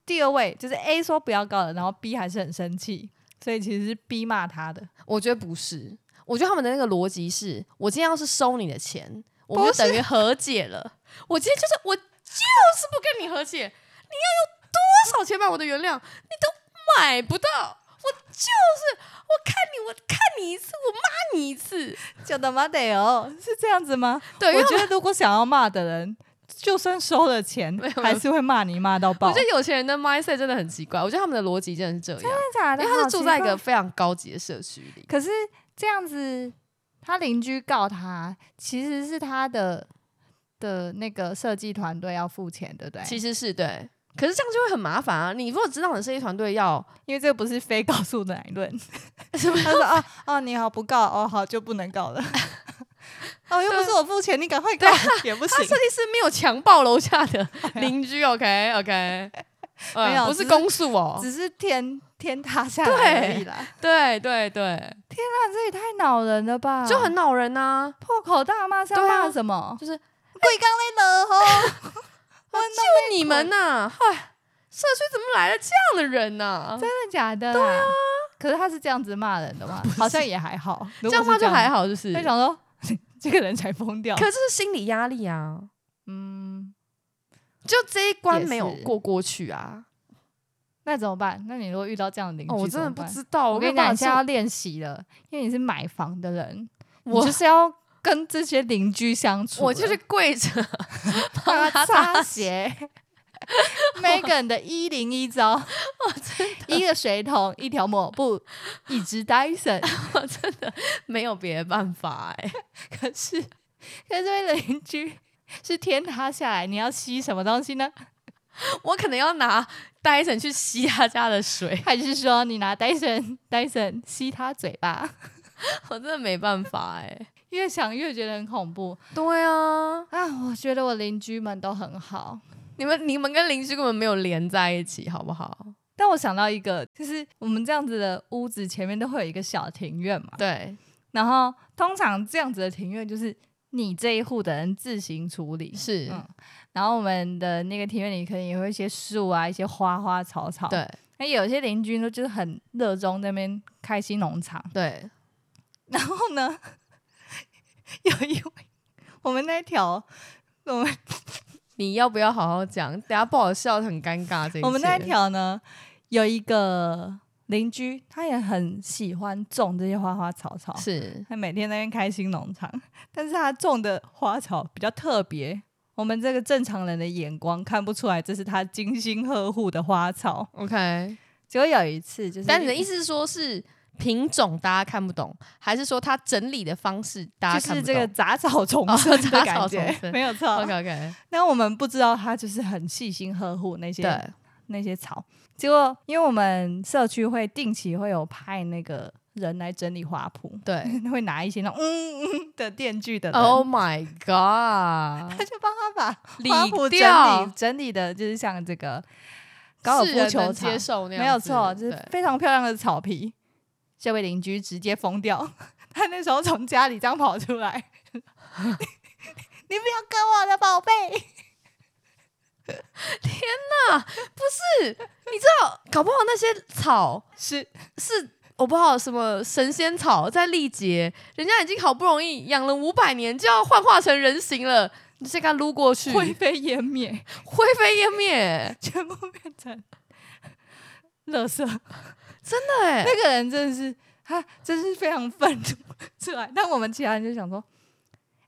Speaker 2: 第二位就是 A 说不要告了，然后 B 还是很生气，所以其实是 B 骂他的。
Speaker 1: 我觉得不是，我觉得他们的那个逻辑是，我今天要是收你的钱，我们
Speaker 2: 不
Speaker 1: 就是等于和解了。 我今天就是我就是不跟你和解，你要用多少钱买我的原谅，你都买不到。我就是我看你，我看你一次，我骂你一次。
Speaker 2: 就他妈得哦，是这样子吗？
Speaker 1: 对，因
Speaker 2: 我
Speaker 1: 为
Speaker 2: 觉得如果想要骂的人，就算收了钱
Speaker 1: 没有，没有
Speaker 2: 还是会骂你骂到
Speaker 1: 我
Speaker 2: 爆。
Speaker 1: 觉得有钱人的 mindset 真的很奇怪，我觉得他们的逻辑真的是这样，
Speaker 2: 真的假的
Speaker 1: 因为他是住在一，
Speaker 2: 好
Speaker 1: 个
Speaker 2: 奇
Speaker 1: 非常高级的社区里。
Speaker 2: 怪可是这样子，他邻居告他，其实是他的的那个设计团队要付钱，对不对？
Speaker 1: 其实是对，可是这样就会很麻烦啊！你如果知道你的设计团队要
Speaker 2: 因为这个不是非告诉的理 论。
Speaker 1: 什么
Speaker 2: 他说：“哦哦，你好，不告哦，好就不能告 了。哦，又不是我付钱，你赶快告 也不
Speaker 1: 他
Speaker 2: 行
Speaker 1: 设。计师没有强暴楼下 的邻居，OK OK，
Speaker 2: 没有
Speaker 1: 不
Speaker 2: 只
Speaker 1: 是
Speaker 2: 是
Speaker 1: 公诉哦，
Speaker 2: 只是天天塌下来而
Speaker 1: 对
Speaker 2: 已啦，
Speaker 1: 对对对，
Speaker 2: 那啊这也太恼人了吧！
Speaker 1: 啊就很恼人啊呐、
Speaker 2: 破口大骂，是要
Speaker 1: 对啊
Speaker 2: 骂什么？
Speaker 1: 就是
Speaker 2: 贵刚来了吼！
Speaker 1: 就你们呐、嗨，社区怎么来了这样哎的人呐、
Speaker 2: 真的假的？对啊。可是他是这样子骂人 的吗？好像也还好，
Speaker 1: 这
Speaker 2: 如果
Speaker 1: 样
Speaker 2: 是
Speaker 1: 话
Speaker 2: 这
Speaker 1: 就还
Speaker 2: 好。
Speaker 1: 好，就是，
Speaker 2: 他
Speaker 1: 可
Speaker 2: 想说， 这个人才疯掉。
Speaker 1: 这是心理压力啊，
Speaker 2: 嗯，
Speaker 1: 就这一关
Speaker 2: 也
Speaker 1: 没有
Speaker 2: 是
Speaker 1: 过过去啊。
Speaker 2: 那怎么办？那你如果遇到这样的邻居，
Speaker 1: 哦，我真的不
Speaker 2: 道。
Speaker 1: 知道，
Speaker 2: 我
Speaker 1: 没
Speaker 2: 跟
Speaker 1: 有
Speaker 2: 你讲，
Speaker 1: 办
Speaker 2: 你
Speaker 1: 法
Speaker 2: 现在要
Speaker 1: 说，
Speaker 2: 练习了，因为你是买房的人，我
Speaker 1: 我
Speaker 2: 就是要跟这些邻居相处了，
Speaker 1: 我就是跪着
Speaker 2: 帮
Speaker 1: 帮
Speaker 2: 他
Speaker 1: 他
Speaker 2: 擦
Speaker 1: 擦
Speaker 2: 鞋。Megan 的一零一招，一个水桶，一条抹布，一支 Dyson。
Speaker 1: 没有别的办法哎、
Speaker 2: 可是，可是这位邻居是天塌下来，你要吸什么东西呢？
Speaker 1: 我可能要拿 Dyson 去吸他家的水，
Speaker 2: 还是说你拿 Dyson Dyson 吸他嘴巴？
Speaker 1: 我真的没办法哎、
Speaker 2: 越想越觉得很恐怖
Speaker 1: 对啊，
Speaker 2: 啊！我觉得我邻居们都很好，
Speaker 1: 你们你们跟邻居根本没有连在一起，好不好？
Speaker 2: 但我想到一个，就是我们这样子的屋子前面都会有一个小庭院嘛，
Speaker 1: 对，
Speaker 2: 然后通常这样子的庭院就是你这一户的人自行处理，
Speaker 1: 是，
Speaker 2: 嗯然后我们的那个庭院里可能也会有一些树啊，一些花花草草，。
Speaker 1: 对
Speaker 2: 那有些邻居呢，就是很热衷在那边开新农场，
Speaker 1: 对，
Speaker 2: 然后呢， 有一位我们那一条，我们
Speaker 1: 你要不要好好讲？等下不好笑很尴尬。这一
Speaker 2: 我们那一
Speaker 1: 切
Speaker 2: 条呢，有一个邻居，他也很喜欢种这些花花草草，
Speaker 1: 是
Speaker 2: 他每天在那边开新农场， 但是他种的花草比较特别，我们这个正常人的眼光看不出来这是他精心呵护的花草。
Speaker 1: OK，
Speaker 2: 结果有一次就是，
Speaker 1: 但你的意
Speaker 2: 思
Speaker 1: 思是说是品种大家看不懂，还是说它整理的方式大
Speaker 2: 就
Speaker 1: 家看
Speaker 2: 是
Speaker 1: 不
Speaker 2: 这
Speaker 1: 懂？
Speaker 2: 个哦杂草丛
Speaker 1: 哦
Speaker 2: 生的
Speaker 1: 杂
Speaker 2: 感
Speaker 1: 草
Speaker 2: 觉，
Speaker 1: 丛生
Speaker 2: 没有错
Speaker 1: OK。OK，
Speaker 2: 那我们不知道他就是很细心呵护那些
Speaker 1: 对
Speaker 2: 那些草。结果，因为我们社区会定期会有派那个人来整理花圃，
Speaker 1: 对
Speaker 2: 会拿一些那种嗯嗯的电锯的人
Speaker 1: ，Oh my God，
Speaker 2: 他就帮他把
Speaker 1: 理
Speaker 2: 花圃整
Speaker 1: 掉
Speaker 2: 理整理的，就是像这个高尔
Speaker 1: 世
Speaker 2: 夫
Speaker 1: 人能
Speaker 2: 球场
Speaker 1: 接，受那样
Speaker 2: 没有
Speaker 1: 子
Speaker 2: 错，就是
Speaker 1: 对
Speaker 2: 非常漂亮的草皮。这位邻居直接疯掉， 他那时候从家里这样跑出来， 你你不要割我的宝贝！
Speaker 1: 搞不好那些草
Speaker 2: 是
Speaker 1: 是我不知道什么神仙草在历劫，人家已经好不容易养了五百年，就要幻化成人形了，你就给它撸过去，
Speaker 2: 灰飞烟灭，
Speaker 1: 灰飞烟灭，
Speaker 2: 全部变成垃圾。
Speaker 1: 对，
Speaker 2: 那个人真的是，他真是非常愤怒出来。但我们其他人就想说，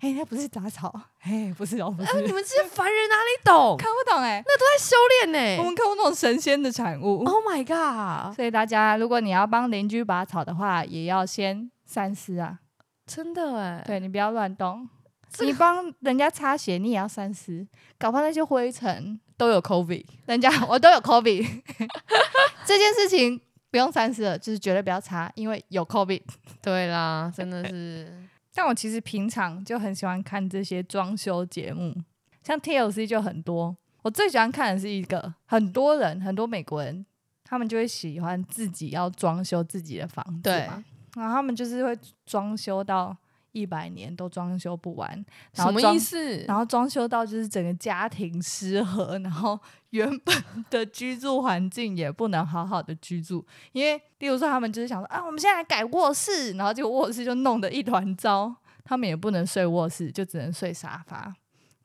Speaker 2: 哎、那不是杂草， 哎、不是哦，不是，
Speaker 1: 呃你们这些凡人哪里懂？
Speaker 2: 看不懂哎、
Speaker 1: 那都在修炼呢、
Speaker 2: 我们看不懂神仙的产物。
Speaker 1: Oh my god！
Speaker 2: 所以大家，如果你要帮邻居拔草的话，也要先三思啊。
Speaker 1: 真的哎、
Speaker 2: 对你不要乱动，
Speaker 1: 这
Speaker 2: 你帮人家擦鞋，你也要三思，搞不好那些灰尘，
Speaker 1: 都有 COVID。
Speaker 2: 人家 我都有 COVID，这件事情不用三思了，就是绝对不要擦，因为有 COVID。
Speaker 1: 对啦，真的是
Speaker 2: 但我其实平常就很喜欢看这些装修节目，像 TLC 就很多。我最喜欢看的是一个很多人，很多美国人，他们就会喜欢自己要装修自己的房 子
Speaker 1: 对
Speaker 2: 嘛，然后他们就是会装修到一百年都装修不完，然
Speaker 1: 什
Speaker 2: 后
Speaker 1: 么
Speaker 2: 装
Speaker 1: 意思？
Speaker 2: 然后装修到就是整个家庭失和，然后原本的居住环境也不能好好的居住，因为例如说他们就是想说啊，我们现在来改卧室，然后结果卧室就弄得一团糟，他们也不能睡卧室，就只能睡沙发，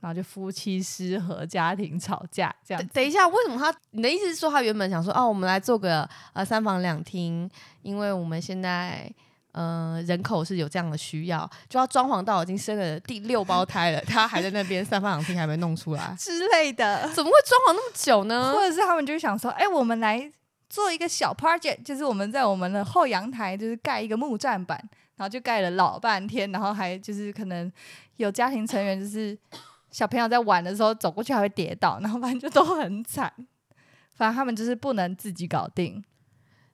Speaker 2: 然后就夫妻失和，家庭吵架这样
Speaker 1: 等
Speaker 2: 子。
Speaker 1: 等一下，为什么他？你的意思是说，他原本想说，哦，我们来做个呃三房两厅，因为我们现在呃人口是有这样的需要，就要装潢到已经生了第六胞胎了，他还在那边三房两厅还没弄出 来，
Speaker 2: 之类的，
Speaker 1: 怎么会装潢那么久呢
Speaker 2: 或？者是他们就想说，哎、我们来做一个小 project，就是我们在我们的后阳台就是盖一个木栈板，然后就盖了老半天，然后还就是可能有家庭成员就是小朋友在玩的时候走过去还会跌倒，然后反正就都很惨。 反正他们就是不能自己搞定，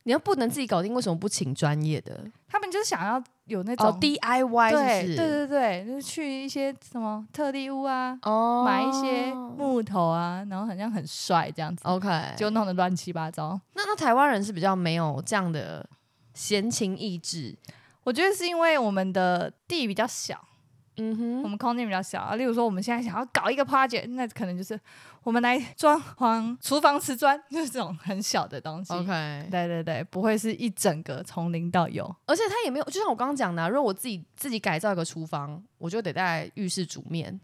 Speaker 1: 你要不能自己搞定，为什么不请专业的？
Speaker 2: 他们就是想要有那种、
Speaker 1: 哦，DIY
Speaker 2: 对
Speaker 1: 是不是？
Speaker 2: 对对对，就是去一些什么特地屋啊，
Speaker 1: 哦，
Speaker 2: 买一些木头啊，然后好像很帅这样子，
Speaker 1: OK，
Speaker 2: 就弄得乱七八糟。
Speaker 1: 那那台湾人是比较没有这样的闲情逸致，
Speaker 2: 我觉得是因为我们的地比较小，
Speaker 1: 嗯
Speaker 2: 我
Speaker 1: 哼，
Speaker 2: 们空间比较小。啊例如说，我们现在想要搞一个 project，那可能就是我们来装潢厨房瓷砖， 就是这种很小的东西。
Speaker 1: OK，
Speaker 2: 嗯对对对，不会是一整个从零到有。
Speaker 1: 而且他也没有，就像我刚刚讲的啊、如果我自己自己改造一个厨房，我就得在浴室煮 面。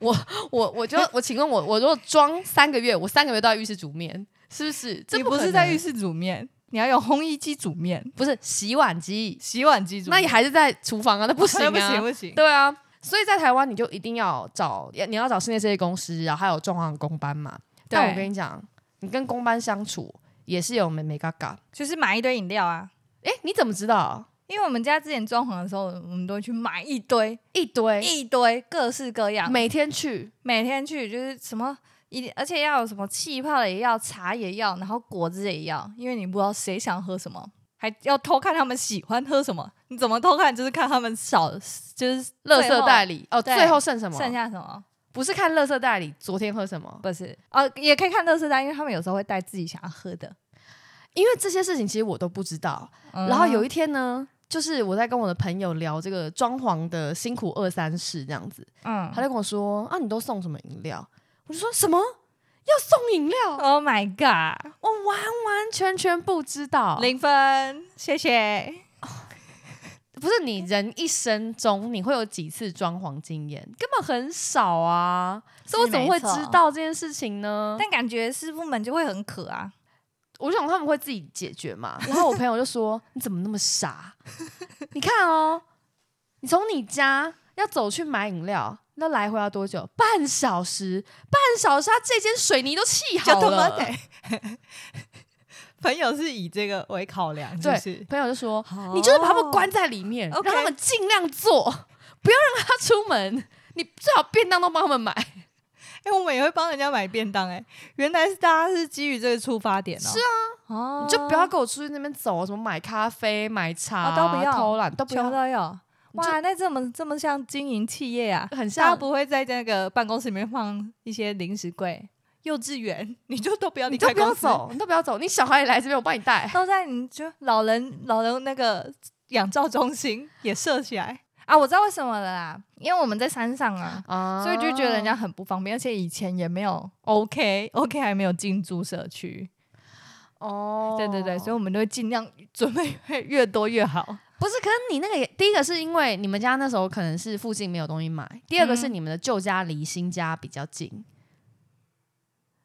Speaker 1: 我我我就我，请问我我如果装三个月，我三个月都在浴室煮面，是不是？这
Speaker 2: 你
Speaker 1: 不
Speaker 2: 不
Speaker 1: 可
Speaker 2: 是在
Speaker 1: 能
Speaker 2: 浴，室煮面，你要用烘衣机煮面、
Speaker 1: 不是洗碗机，
Speaker 2: 洗碗机煮
Speaker 1: 那
Speaker 2: 面。
Speaker 1: 也 还是在厨房啊，那不行啊，
Speaker 2: 不行不行。
Speaker 1: 对啊，所以在台湾你就一定要找，你要找室内设计公司，然后还有装潢工班嘛。但我跟你讲，你跟工班相处也是有美美嘎嘎。
Speaker 2: 就是买一堆饮料啊，
Speaker 1: 诶，你怎么知道？
Speaker 2: 因为我们家之前装潢的时候，我们都会去买一堆
Speaker 1: 一堆，
Speaker 2: 一堆各式各样，每
Speaker 1: 哎每天去，
Speaker 2: 每天去就是什么一定，而且要有什么气泡的也要，茶也要，然后果汁也要，因为你不知道谁想喝什么，还要偷看他们喜欢喝什么。你怎么偷看？就是看他们少， 就是
Speaker 1: 垃
Speaker 2: 最
Speaker 1: 圾
Speaker 2: 后
Speaker 1: 袋里哦，
Speaker 2: 对
Speaker 1: 最后剩什么？
Speaker 2: 剩下什么。
Speaker 1: 不是看垃圾袋里昨天喝什么，
Speaker 2: 不是哦，也可以看乐色袋，因为他们有时候会带自己想要喝的。嗯
Speaker 1: 因为这些事情其实我都不知道。然后有一天呢，就是我在跟我的朋友聊这个装潢的辛苦二三事这样子，
Speaker 2: 嗯
Speaker 1: 他就跟我说：“啊，你都送什么饮料？”我就说什么要送饮料，
Speaker 2: ，Oh my god，
Speaker 1: 我完完全全不知道。
Speaker 2: 零分，谢谢。
Speaker 1: 不是你人一生中你会有几次装潢经验，根本很少啊，所以我
Speaker 2: 是
Speaker 1: 怎么
Speaker 2: 没
Speaker 1: 会
Speaker 2: 错
Speaker 1: 知道这件事情呢？
Speaker 2: 但感觉师傅们就会很渴啊，
Speaker 1: 我想他们会自己解决嘛。然后我朋友就说：“你怎么那么傻？你看哦，你从你家要走去买饮料，那来回要多久？半小时，半小时，他这间水泥都砌好了。”
Speaker 2: 得。 朋友是以这个为考量，是
Speaker 1: 对
Speaker 2: 不是？
Speaker 1: 朋友就说：“
Speaker 2: 哦
Speaker 1: 你就是把他们关在里面，
Speaker 2: OK
Speaker 1: 让他们尽量做，不要让他出门。你最好便当都帮他们买。
Speaker 2: 哎、我们也会帮人家买便当、哎，原来是大家是基于这个出发点哦、
Speaker 1: 是
Speaker 2: 啊，哦，
Speaker 1: 你就不要跟我出去那边走，啊什么买咖啡、买茶、
Speaker 2: 哦都不要
Speaker 1: 偷懒都不
Speaker 2: 全部
Speaker 1: 要，
Speaker 2: 都有。
Speaker 1: 你就
Speaker 2: 哇，那这么这么像经营企业啊，
Speaker 1: 很
Speaker 2: 大家
Speaker 1: 像。
Speaker 2: 不会在那个办公室里面放一些零食柜。幼稚园你就都不要
Speaker 1: 你
Speaker 2: 离
Speaker 1: 都
Speaker 2: 开
Speaker 1: 不要
Speaker 2: 公司，
Speaker 1: 走，你都不要走，你小孩也来这边，我帮你带。”
Speaker 2: 都在你就老人老人那个养照中心也设起来啊！我知道为什么了啦，因为我们在山上啊，
Speaker 1: 啊
Speaker 2: 所以就觉得人家很不方便，而且以前也没有 OK OK 还没有进驻社区，
Speaker 1: 哦，
Speaker 2: 对对对，所以
Speaker 1: 以
Speaker 2: 我们都会尽量准备越越多越好。
Speaker 1: 不是，可是你那个也第一个是因为你们家那时候可能是附近没有东西买，第二个是
Speaker 2: 嗯
Speaker 1: 你们的旧家离新家比较近。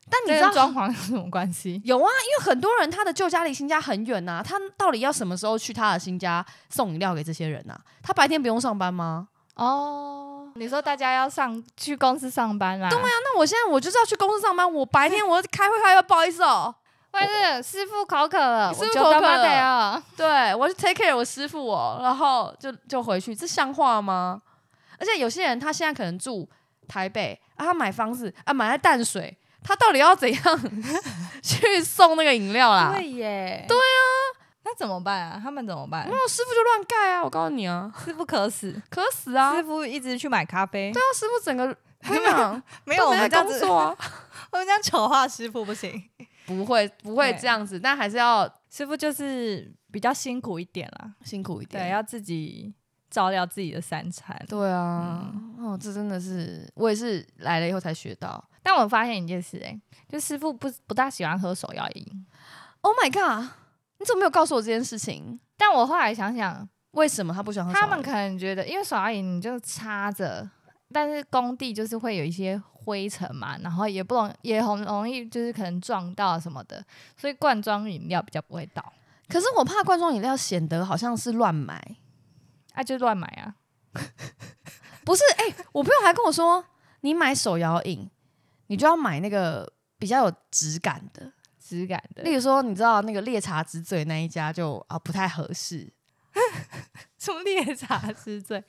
Speaker 1: 但 你
Speaker 2: 这
Speaker 1: 知
Speaker 2: 跟
Speaker 1: 道
Speaker 2: 装潢有什么关系？
Speaker 1: 有啊，因为很多人他的旧家离新家很远呐、他到底要什么时候去他的新家送饮料给这些人呐、他白天不用上班吗？
Speaker 2: 哦，你说大家要上去公司上班啦？对啊，
Speaker 1: 那我现在我就是要去公司上班，我白天我开会开会，不好意思哦，
Speaker 2: 但是师傅口渴了
Speaker 1: 师傅
Speaker 2: 我就
Speaker 1: 口渴
Speaker 2: 干嘛
Speaker 1: 了
Speaker 2: 的啊？
Speaker 1: 对我要去 take care 我师傅哦，然后就就回去，这像话吗？而且有些人他现在可能住台北啊，他买房子啊，买在淡水，他到底要怎样 去送那个饮料啦？
Speaker 2: 对耶，对啊，那怎么办啊？他们怎么办？
Speaker 1: 那师傅就乱盖啊！我告诉你啊，
Speaker 2: 师傅渴死，
Speaker 1: 渴死啊！
Speaker 2: 师
Speaker 1: 对
Speaker 2: 傅一直去买咖啡，
Speaker 1: 啊，师傅整 个我跟你讲
Speaker 2: 啊没
Speaker 1: 都
Speaker 2: 有我
Speaker 1: 没
Speaker 2: 们这
Speaker 1: 在
Speaker 2: 样
Speaker 1: 工
Speaker 2: 子，
Speaker 1: 作啊，
Speaker 2: 我们这样丑化师傅不行。
Speaker 1: 不会不会
Speaker 2: 对
Speaker 1: 这样子，但还是要
Speaker 2: 师傅就是比较辛苦一点啦，
Speaker 1: 辛苦一
Speaker 2: 对，
Speaker 1: 点。
Speaker 2: 要自己照料自己的三餐。
Speaker 1: 对啊，
Speaker 2: 嗯
Speaker 1: 哦，这真的是我也是来了以后才学到。
Speaker 2: 但我发现一件事、欸，就师傅不不大喜欢喝手摇饮。
Speaker 1: Oh my god！你怎么没有告诉我这件事情？
Speaker 2: 但我后来想想，
Speaker 1: 为什么他不喜欢喝？
Speaker 2: 他们可能觉得，因为手摇饮你就插着，但是工地就是会有一些灰尘嘛，然后也不容也很容易就是可能撞到什么的，所以罐装饮料比较不会倒，
Speaker 1: 可是我怕罐装饮料显得好像是乱买，
Speaker 2: 啊就乱买啊。
Speaker 1: 不是？哎、我朋友还跟我说，你买手摇饮，你就要买那个比较有质感的，
Speaker 2: 质感 的
Speaker 1: 例如说，你知道那个猎茶之最那一家就啊不太合适。
Speaker 2: 什么烈茶之最，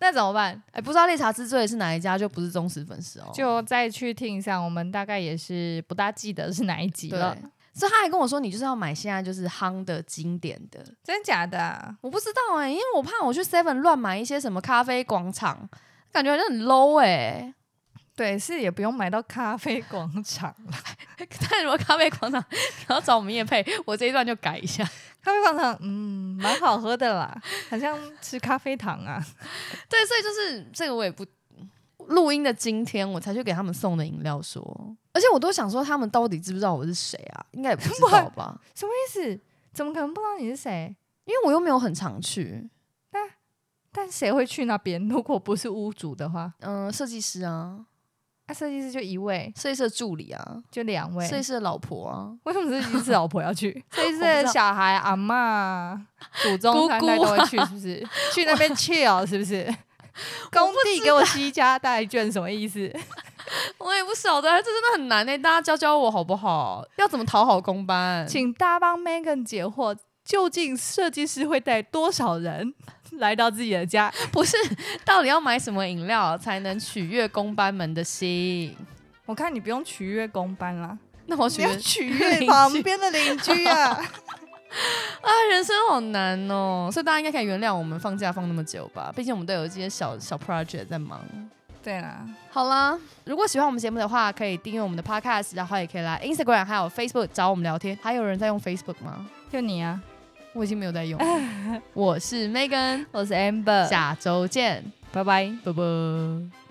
Speaker 2: 那怎么办？
Speaker 1: 哎、不知道猎茶之最是哪一家，就不是忠实粉丝哦。
Speaker 2: 就再去听一下，我们大概也是不大记得是哪一集
Speaker 1: 对
Speaker 2: 了，，
Speaker 1: 所以他还跟我说，你就是要买现在就是夯的经典的。
Speaker 2: 真假的、啊？
Speaker 1: 我不知道哎、因为我怕我去 Seven 乱买一些什么咖啡广场，感觉好像很 low 哎、
Speaker 2: 对，是也不用买到咖啡广场，
Speaker 1: 但如果咖啡广场你要找我们叶配，我这一段就改一下。
Speaker 2: 咖啡广场嗯蛮好喝的啦，好像吃咖啡糖啊。
Speaker 1: 对，所以就是这个我也不录音的今天，我才去给他们送的饮料说，而且我都想说他们到底知不知道我是谁啊？应该也不知道吧，
Speaker 2: 什么意思？怎么可能不知道你是谁？
Speaker 1: 因为我又没有很常去。
Speaker 2: 但谁会去那边？如果不是屋主的话，
Speaker 1: 嗯、设计师啊，
Speaker 2: 啊，设计师就一位，
Speaker 1: 设计师的助理啊，
Speaker 2: 就两位。
Speaker 1: 设计师的老婆啊，
Speaker 2: 为什么设计师老婆要去？ 设计师
Speaker 1: 我不
Speaker 2: 的
Speaker 1: 知道
Speaker 2: 小孩、阿嬷、祖宗三代
Speaker 1: 姑
Speaker 2: 都
Speaker 1: 姑啊
Speaker 2: 会去，是不是？去那边 chill 是不是？工地给我西家带卷什么意思？
Speaker 1: 我也不晓得，这真的欸很难呢、大家教教我好不好？要怎么讨好公班？
Speaker 2: 请大家帮 Megan 解惑，究竟设计师会带多少人 来到自己的家？
Speaker 1: 不是，到底要买什么饮料才能取悦公班们的心？
Speaker 2: 我看你不用取悦公班啦，
Speaker 1: 那我取
Speaker 2: 你要
Speaker 1: 悦
Speaker 2: 取
Speaker 1: 邻
Speaker 2: 悦
Speaker 1: 居
Speaker 2: 旁边的邻居 啊。
Speaker 1: 啊，人生好难哦，所以大家应该可以原谅我们放假放那么久吧，毕竟我们都有一些小小 project 在忙。
Speaker 2: 对啦，
Speaker 1: 好啦，如果喜欢我们节目的话，可以订阅我们的 podcast，然后也可以来 Instagram 还有 Facebook 找我们聊天。还有人在用 Facebook 吗？
Speaker 2: 就你啊，
Speaker 1: 我已经没有在用了。我是 Megan，
Speaker 2: 我是 Amber，
Speaker 1: 下周见，
Speaker 2: 拜拜。
Speaker 1: 拜拜。